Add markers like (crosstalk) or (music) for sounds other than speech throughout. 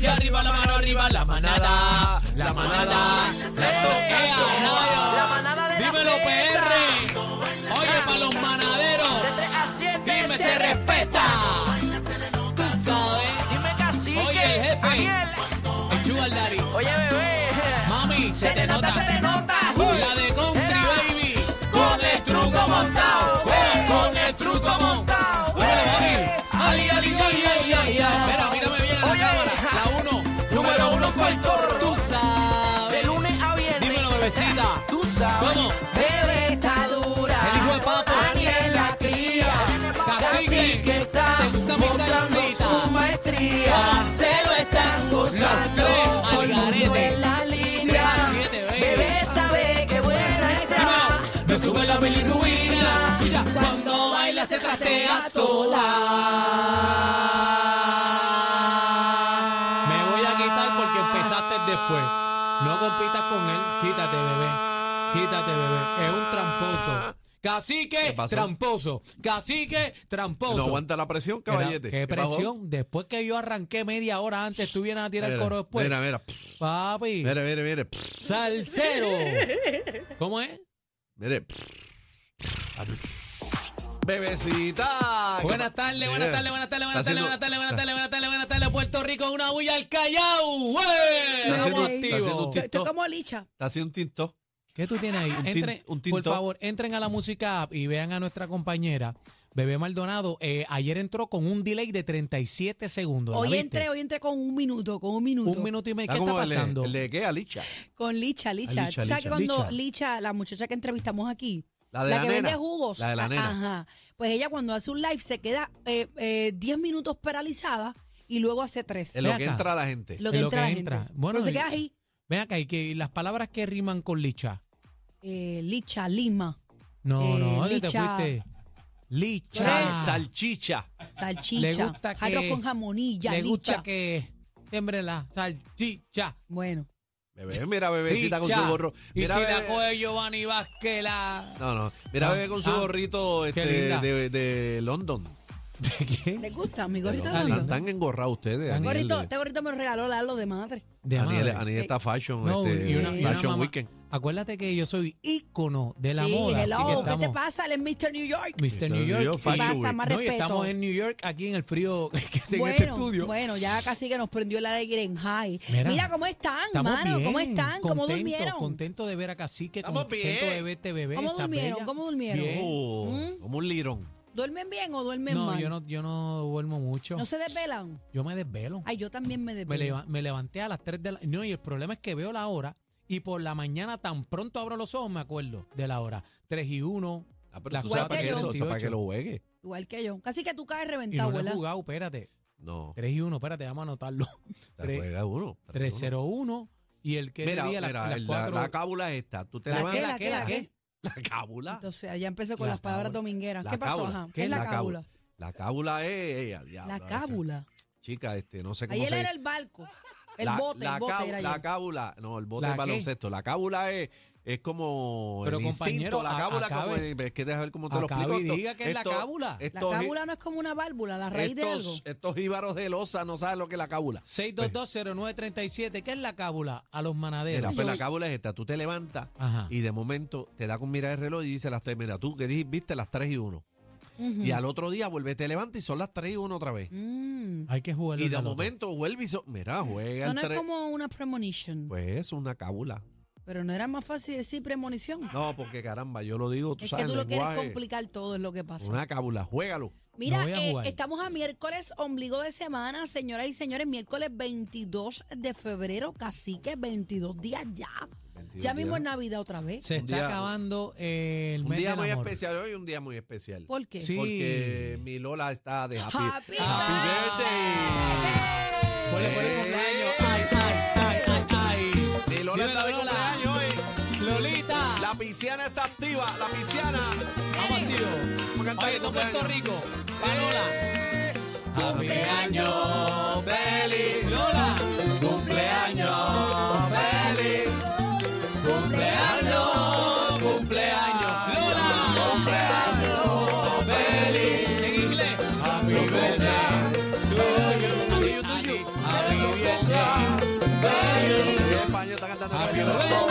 la manada, la manada, la bloquea, rayo. Dímelo, PR. Oye, para los manaderos, dime se respeta. Tú sabes, oye, el jefe, el chubaldari. Oye, bebé. Mami, se te nota, se te nota. La de country, Era. baby, con el truco montado, con el truco montado. Dímelo, mami. Ali, ali, ali, ali, ali. Espera, mírame bien a la Oye, cámara. La uno, número uno, cuarto. Tú De sabes. lunes a viernes. Dímelo, bebecita. Tú sabes. ¿Cómo? Bebé está dura. El hijo de papo. Aniel la cría. Cacique. que está ¿Te gusta mi mostrando salsita? su maestría. Se lo están Gozando al con mundo garete. en la línea. Siete, baby. Bebé sabe que buena está. Dímelo, me sube la bilirrubina. Mira, Cuando baila se trastea sola. Me voy a quitar porque empezaste después. No compitas con él. Quítate, bebé. Quítate, bebé. Es un tramposo. Cacique, pasó? tramposo. Cacique, tramposo. No aguanta la presión, Mira, caballete. Qué presión. Después que yo arranqué media hora antes, tú vienes a tirar el coro después. Mira, mira. pss, Papi. Mire, mire, mire. pss, Salsero. ¿Cómo es? Mire. pss, pss. Bebecita. Buenas tardes, buenas tardes, buenas tardes, buenas tardes, buenas tardes, buenas tardes, buenas tardes, buenas tardes, Puerto Rico, una bulla al Callao. Está haciendo, ¡Wey! está haciendo un activo. tinto. como licha. Está haciendo un tinto. ¿Qué tú tienes ahí? Un tin- Entren, un por tinto. favor, entren a la música app y vean a nuestra compañera. Bebé Maldonado, Eh, ayer entró con un delay de 37 segundos. ¿la Hoy viste? entré, hoy entré con un minuto, con un minuto. Un minuto y medio. Está ¿Qué está como el de- pasando? El de qué, Alicha. Con Licha, Licha. Ah, Licha, O sea, que Licha. cuando Licha. Licha. la muchacha que entrevistamos aquí, La de la que nena. vende jugos. La de la ah, nena. Ajá. Pues ella cuando hace un live se queda eh, eh, 10 minutos paralizada y luego hace 3. En lo Ve que acá. entra la gente. lo que en lo entra que la entra. gente. Bueno, Pero se y- queda ahí. Ven acá, y que las palabras que riman con licha. eh, Licha, Lima, No, Eh, no, ya te licha. fuiste. Licha. Sal- Salchicha. Le salchicha, gusta que. arroz con jamonilla, Le gusta Licha. que. Siembre la salchicha. Bueno, Bebé, mira, bebecita con su Licha. gorro. Y Mira, si bebé- la coge Giovanni Vázquez, la. No, no. Mira, Ah, bebé con su ah, gorrito este, linda. de, de London. ¿De quién? ¿le gusta? Mi gorrito London. hablando. Están tan engorrados ustedes. Daniel, Gorrito, de- este gorrito me lo regaló Lalo de madre. De Aniel, madre. Aniel está fashion, No, este, y una, y una fashion mamá- weekend. Acuérdate que yo soy ícono de la sí, moda. así hello, que ¿qué te estamos- pasa? Él es Mr. New York. Mr. New York. York y- Fashion Pasa, Week. más no, y respeto. estamos en New York, aquí en el frío (laughs) que hace bueno, en este estudio. Bueno, ya casi que nos prendió el aire en high. Mira, Mira, cómo están, Estamos mano, bien, cómo están, cómo contento, durmieron. Contento de ver a Cacique, Estamos contento bien. de verte bebé. ¿Cómo estás durmieron? bella. ¿Cómo durmieron? Bien. Oh, Como un lirón. ¿Duermen bien o duermen No, mal? yo no, yo no duermo mucho. ¿No se desvelan? Yo me desvelo. Ay, yo también me me, desvelo. leva- me levanté a las 3 de la No, y el problema es que veo la hora y por la mañana tan pronto abro los ojos me acuerdo de la hora. 3 y 1. Ah, pero Las tú sabes cuatro para qué y eso, o sea, para que 28. lo juegue. Igual que yo. Casi que tú caes Y no reventado, lo he ¿verdad? jugado, espérate. No, 3 y 1, espérate, vamos a (laughs) anotarlo. la juega uno. la juega uno. 301 y el que Mira, día mira, las, las la- cuatro- la cábula es esta. Tú te ¿La qué, levantas. la qué, la qué? La cábula. Entonces, ya empezó con La las palabras cábula. domingueras. La ¿Qué pasó? cábula. Ajá. ¿Qué ¿Qué es la cábula? La cábula es ella. diablo, La esta cábula. Chica, este, no sé cómo Ayer se era el barco. El la- bote, la el bote cábula- era La ayer. cábula, no, el bote ¿La es qué? baloncesto. La cábula es, es como Pero, el compañero, instinto. La a- cábula acabe. como el- es que deja ver cómo te lo Acabe explico. y esto- diga que es la esto- cábula. La La estos- cábula no es como una válvula, la raíz de algo. estos, estos jíbaros de losa no saben lo que es la cábula. 6220937, ¿qué es la cábula? A los Mira, manaderos. pues la cábula es esta. Tú te levantas Ajá. y de momento te da con mirar el reloj y dice las tres. Mira, tú que dijiste, viste las 3 y 1. Ujú. Y al otro día vuelve, te levantas y son las 3 y 1 otra vez. Mm. Hay que jugar Y de momento vuelve y son. Mira, juega Eso el no es 3. como una premonition. Pues es una cábula. Pero no era más fácil decir premonición. No, porque caramba, yo lo digo, tú es que sabes, tú lo quieres lenguaje, complicar todo, es lo que pasa. una cábula, juégalo. Mira, No voy a eh, jugar. estamos a miércoles, ombligo de semana, señoras y señores, miércoles 22 de febrero, cacique, 22 días ya. 22 ya mismo días. es Navidad otra vez. Se Un está día- acabando eh, el Un mes día del muy amor. especial hoy, un día muy especial. ¿Por qué? Sí. Porque mi Lola está de happy, Happy birthday. ¿Cuál es- cuál es el cumpleaños? Ay, ay, ay, ay, ay. Mi Lola Dímelo, está de Lola. cumpleaños hoy. Lolita. La pisciana está activa, la pisciana. Vamos, tío. Vamos a cantar Oye, el tú, cumpleaños. Puerto Rico. Va, Lola. Cumpleaños feliz, Lola. cumpleaños feliz, cumpleaños, cumpleaños, Lola. cumpleaños feliz. En inglés. Happy birthday Happy you, to you. Happy birthday. En España está cantando en español.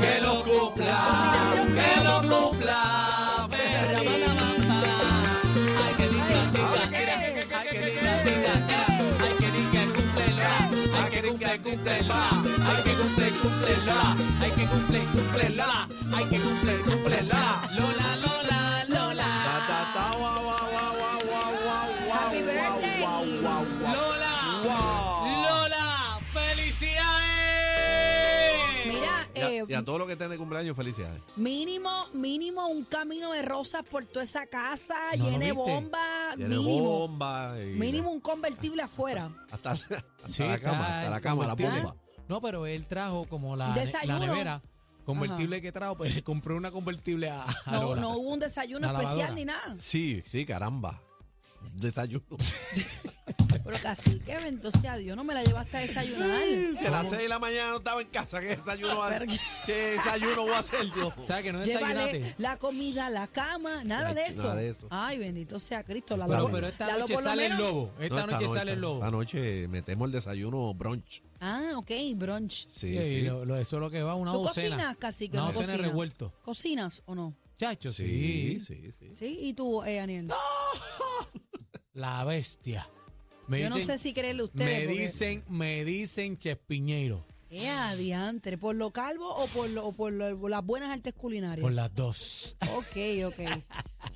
Que lo cumpla. Que lo cumpla. Ferra, mala, mamá. Ay, que diga, diga, diga. Ay, que diga, diga, diga. Ay, que diga, cumple, Lola. Ay, que cumple, cumple, Lola. Ay, que cumple, cumple, Lola. Ay, que cumple, cumple, Lola. Ay, que cumple, cumple, Lola. Lola, Lola, Lola. Ta, ta, ta, guau, guau, guau, guau, guau, guau, guau, Happy guau, birthday. guau, guau, guau. Lola. Guau. Lola, felicidades. Mira, Y a- eh, Y a todos los que estén de cumpleaños, felicidades. mínimo, mínimo un camino de rosas por toda esa casa, No, ¿lo viste? llene bomba, Tiene mínimo. bomba. y- Mínimo un (laughs) convertible afuera. Hasta, hasta Sí, la cama, está hasta el la cama, la combustible. bomba. No, pero él trajo como la, la Desayuno. nevera convertible que trajo, pues le compré una convertible a, a No, Lola. no hubo un desayuno Ah, La lavadora. especial ni nada. Sí, sí, caramba. Desayuno. Pero casi que bendito sea Dios, no me la llevaste a desayunar. Si a las 6 de la mañana no estaba en casa, ¿qué desayuno, va- Pero- ¿qué desayuno voy a hacer yo? ¿Sabes que no Llévale desayunaste? la comida, la cama, nada Ay, de eso. nada de eso. Ay, bendito sea Cristo. La Pero, Lalo- pero esta Lalo noche por lo sale el menos- lobo. No, Ah, Esta noche sale el Esta lobo. noche metemos el desayuno brunch. Ah, ok, brunch. Sí, Y sí. Lo, lo- eso es lo que va, una ¿Tú docena. cocinas casi que una no docena de cocinas? revuelto. ¿Cocinas o no? Chacho, Sí, sí. sí, sí. Sí, y tú, eh, Daniel. La bestia. Me Yo dicen, no sé si creerle a ustedes. me porque- dicen, me dicen Chespiñeiro. Eh, adiantre, ¿por lo calvo o por, lo- o por lo- por las buenas artes culinarias? Por las dos. Ok, ok.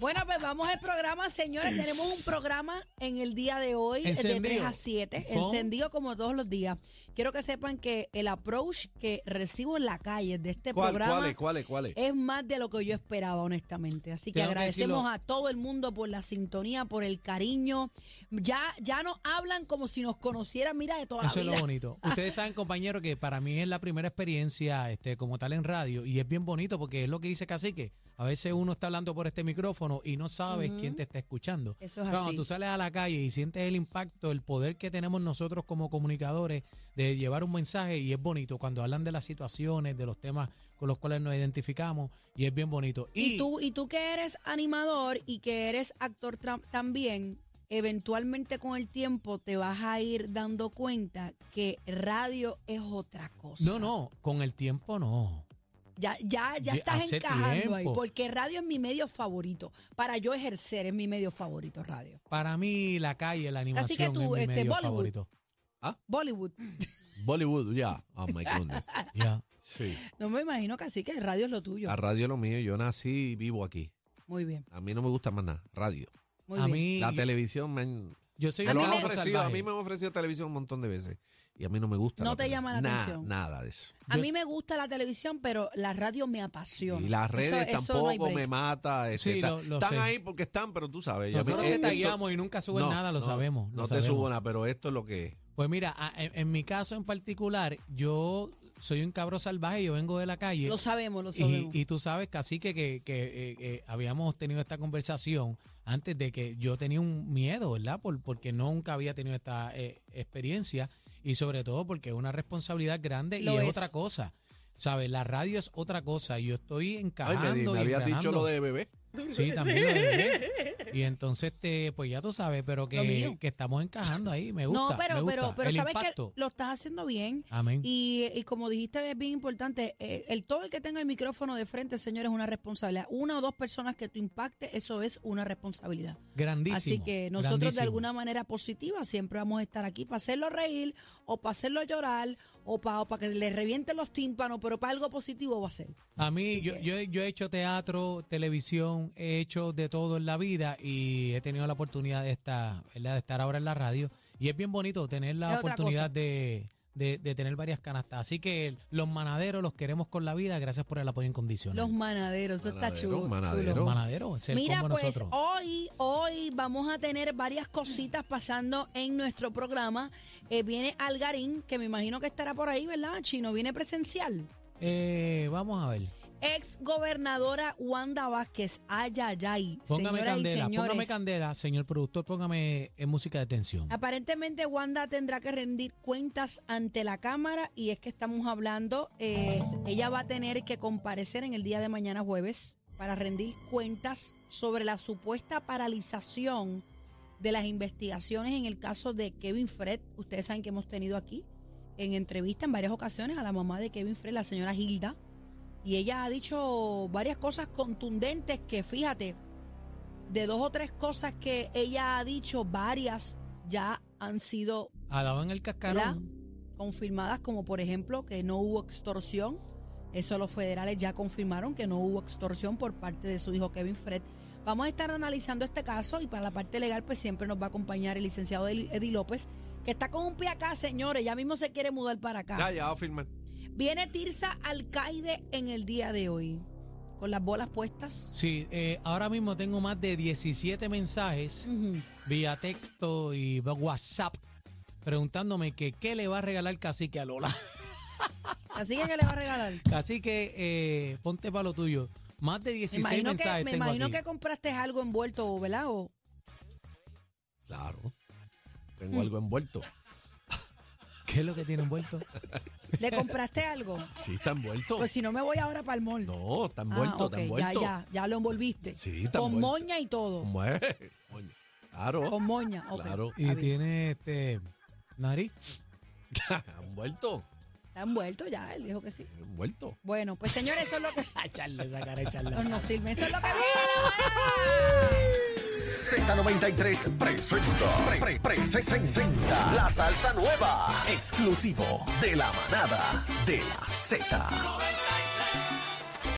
Bueno, pues vamos al programa, señores. Tenemos un programa en el día de hoy de Encendido. 3 a 7, ¿Cómo? encendido como todos los días. Quiero que sepan que el approach que recibo en la calle de este ¿Cuál, programa cuál, es, cuál, es, cuál? es? es más de lo que yo esperaba, honestamente. Así que Tengo que agradecemos decirlo. a todo el mundo por la sintonía, por el cariño. Ya, ya nos hablan como si nos conocieran, mira, de toda Eso la es vida. lo bonito. Ustedes saben, compañero, que para mí es la primera experiencia este, como tal en radio y es bien bonito porque es lo que dice Cacique. A veces uno está hablando por este micrófono y no sabes quién te está escuchando. Eso es Cuando así. tú sales a la calle y sientes el impacto, el poder que tenemos nosotros como comunicadores de llevar un mensaje y es bonito cuando hablan de las situaciones, de los temas con los cuales nos identificamos y es bien bonito. Y, tú, y tú que eres animador y que eres actor tra- también, eventualmente con el tiempo te vas a ir dando cuenta que radio es otra cosa. No, no, con el tiempo no. Ya, ya, Ya ya estás hace encajando ahí, tiempo. porque radio es mi medio favorito. Para yo ejercer es mi medio favorito, radio. Para mí la calle, la animación Cacique, tú, es mi este, medio Bollywood. favorito. Bollywood. Bollywood, ya. Oh my goodness. Ya. Sí. No me imagino casi que radio es lo tuyo. La radio es lo mío. Yo nací y vivo aquí. Muy bien, A mí no me gusta más nada. Radio. (laughs) muy a bien. mí La televisión me han- Yo soy Me un lo mí han me- gato ofrecido, a salvaje. mí me han ofrecido televisión un montón de veces. Y a mí no me gusta. No te tele. llama la Nada, atención. Nada de eso. A Yo- mí me gusta la televisión, pero la radio me apasiona. Y las Eso- redes eso no tampoco hay break. me mata. este, Sí, está- lo- lo están sé. ahí porque están, pero tú sabes. ya Nosotros me- te esto- tagueamos y nunca subes Eh, no, nada, lo no, sabemos. No lo te sabemos. subo nada, pero esto es lo que es. Pues mira, a- en, en mi caso en particular, yo soy un cabro salvaje, yo vengo de la calle. Lo sabemos, lo y, sabemos. y tú sabes, Cacique, que, que eh, eh, habíamos tenido esta conversación antes de que yo tenía un miedo, ¿verdad? Por- porque nunca había tenido esta eh, experiencia y sobre todo porque es una responsabilidad grande y Lo es, es. otra cosa. ¿Sabes? La radio es otra cosa y yo estoy Ay, encajando me, di- me y habías engranando. (laughs) dicho lo de bebé. Sí, también lo de bebé. Y entonces, este, pues ya tú sabes, pero Lo que, mío. que estamos encajando ahí. Me gusta. No, pero, me gusta. pero, pero el sabes impacto. que lo estás haciendo bien. Amén. Y, y como dijiste, es bien importante, eh, el todo el que tenga el micrófono de frente, señores, es una responsabilidad. Una o dos personas que tú impacte, eso es una responsabilidad. grandísimo. Así que nosotros de grandísimo. alguna manera positiva siempre vamos a estar aquí para hacerlo reír o para hacerlo llorar o para que le revienten los tímpanos, pero para algo positivo va a ser. A mí, yo, yo, he- yo he hecho teatro, televisión, he hecho de todo en la vida y he tenido la oportunidad de estar, ¿verdad? de estar ahora en la radio. Y es bien bonito tener la Es otra oportunidad de, de- de tener varias canastas. Así que los manaderos los queremos con la vida. Gracias por el apoyo incondicional. Los manaderos, eso está Manadero, chulo. manadero. chulo. Los manaderos, ser Mira, como pues nosotros. hoy, hoy vamos a tener varias cositas pasando en nuestro programa. Eh, viene Algarín, que me imagino que estará por ahí, ¿verdad? Chino, viene presencial. Eh, vamos a ver. Ex gobernadora Wanda Vázquez, ayayay. Póngame señoras y candela, póngame señores. Ah, candela, señor productor, póngame en música de tensión. Aparentemente Wanda tendrá que rendir cuentas ante la Cámara y es que estamos hablando, eh, ella va a tener que comparecer en el día de mañana jueves para rendir cuentas sobre la supuesta paralización de las investigaciones en el caso de Kevin Fred. Ustedes saben que hemos tenido aquí en entrevista en varias ocasiones a la mamá de Kevin Fred, la señora Hilda, y ella ha dicho varias cosas contundentes que fíjate, de dos o tres cosas que ella ha dicho, varias ya han sido Alaba en el ¿verdad? cascarón. confirmadas, como por ejemplo que no hubo extorsión. Eso los federales ya confirmaron que no hubo extorsión por parte de su hijo Kevin Fred. Vamos a estar analizando este caso y para la parte legal pues siempre nos va a acompañar el licenciado Eli- Eddie López, que está con un pie acá, señores, ya mismo se quiere mudar para acá. Ya, ya va a firmar. Viene Tirsa Alcaide en el día de hoy, con las bolas puestas. Sí, eh, ahora mismo tengo más de 17 mensajes Ujú. vía texto y WhatsApp preguntándome que qué le va a regalar Cacique a Lola. (laughs) Así que, ¿qué le va a regalar? Cacique, eh, ponte para lo tuyo. Más de Me 16 imagino, que, mensajes me tengo imagino aquí. que compraste algo envuelto, ¿verdad? O- Claro. Tengo algo envuelto. ¿Qué es lo que tiene (laughs) envuelto? ¿Le compraste algo? Sí, está envuelto. Pues si no me voy ahora para el mall. No, está Ah, envuelto, ok, está envuelto. Ya, ya, ya lo envolviste. Sí, está Con envuelto. moña y todo. ¿Cómo es? Pues, Coño. Claro. Con moña, ok. Claro. y tiene este nariz. envuelto. Está envuelto ya, él dijo que sí. Envuelto. Bueno, pues señores, eso es lo que... (laughs) Echarle, sacar, echarle. No, no sirve, eso es (laughs) lo que viene. Z93 presenta, pre, pre, pre- se- se- presenta la salsa nueva, exclusivo de la manada de la Z.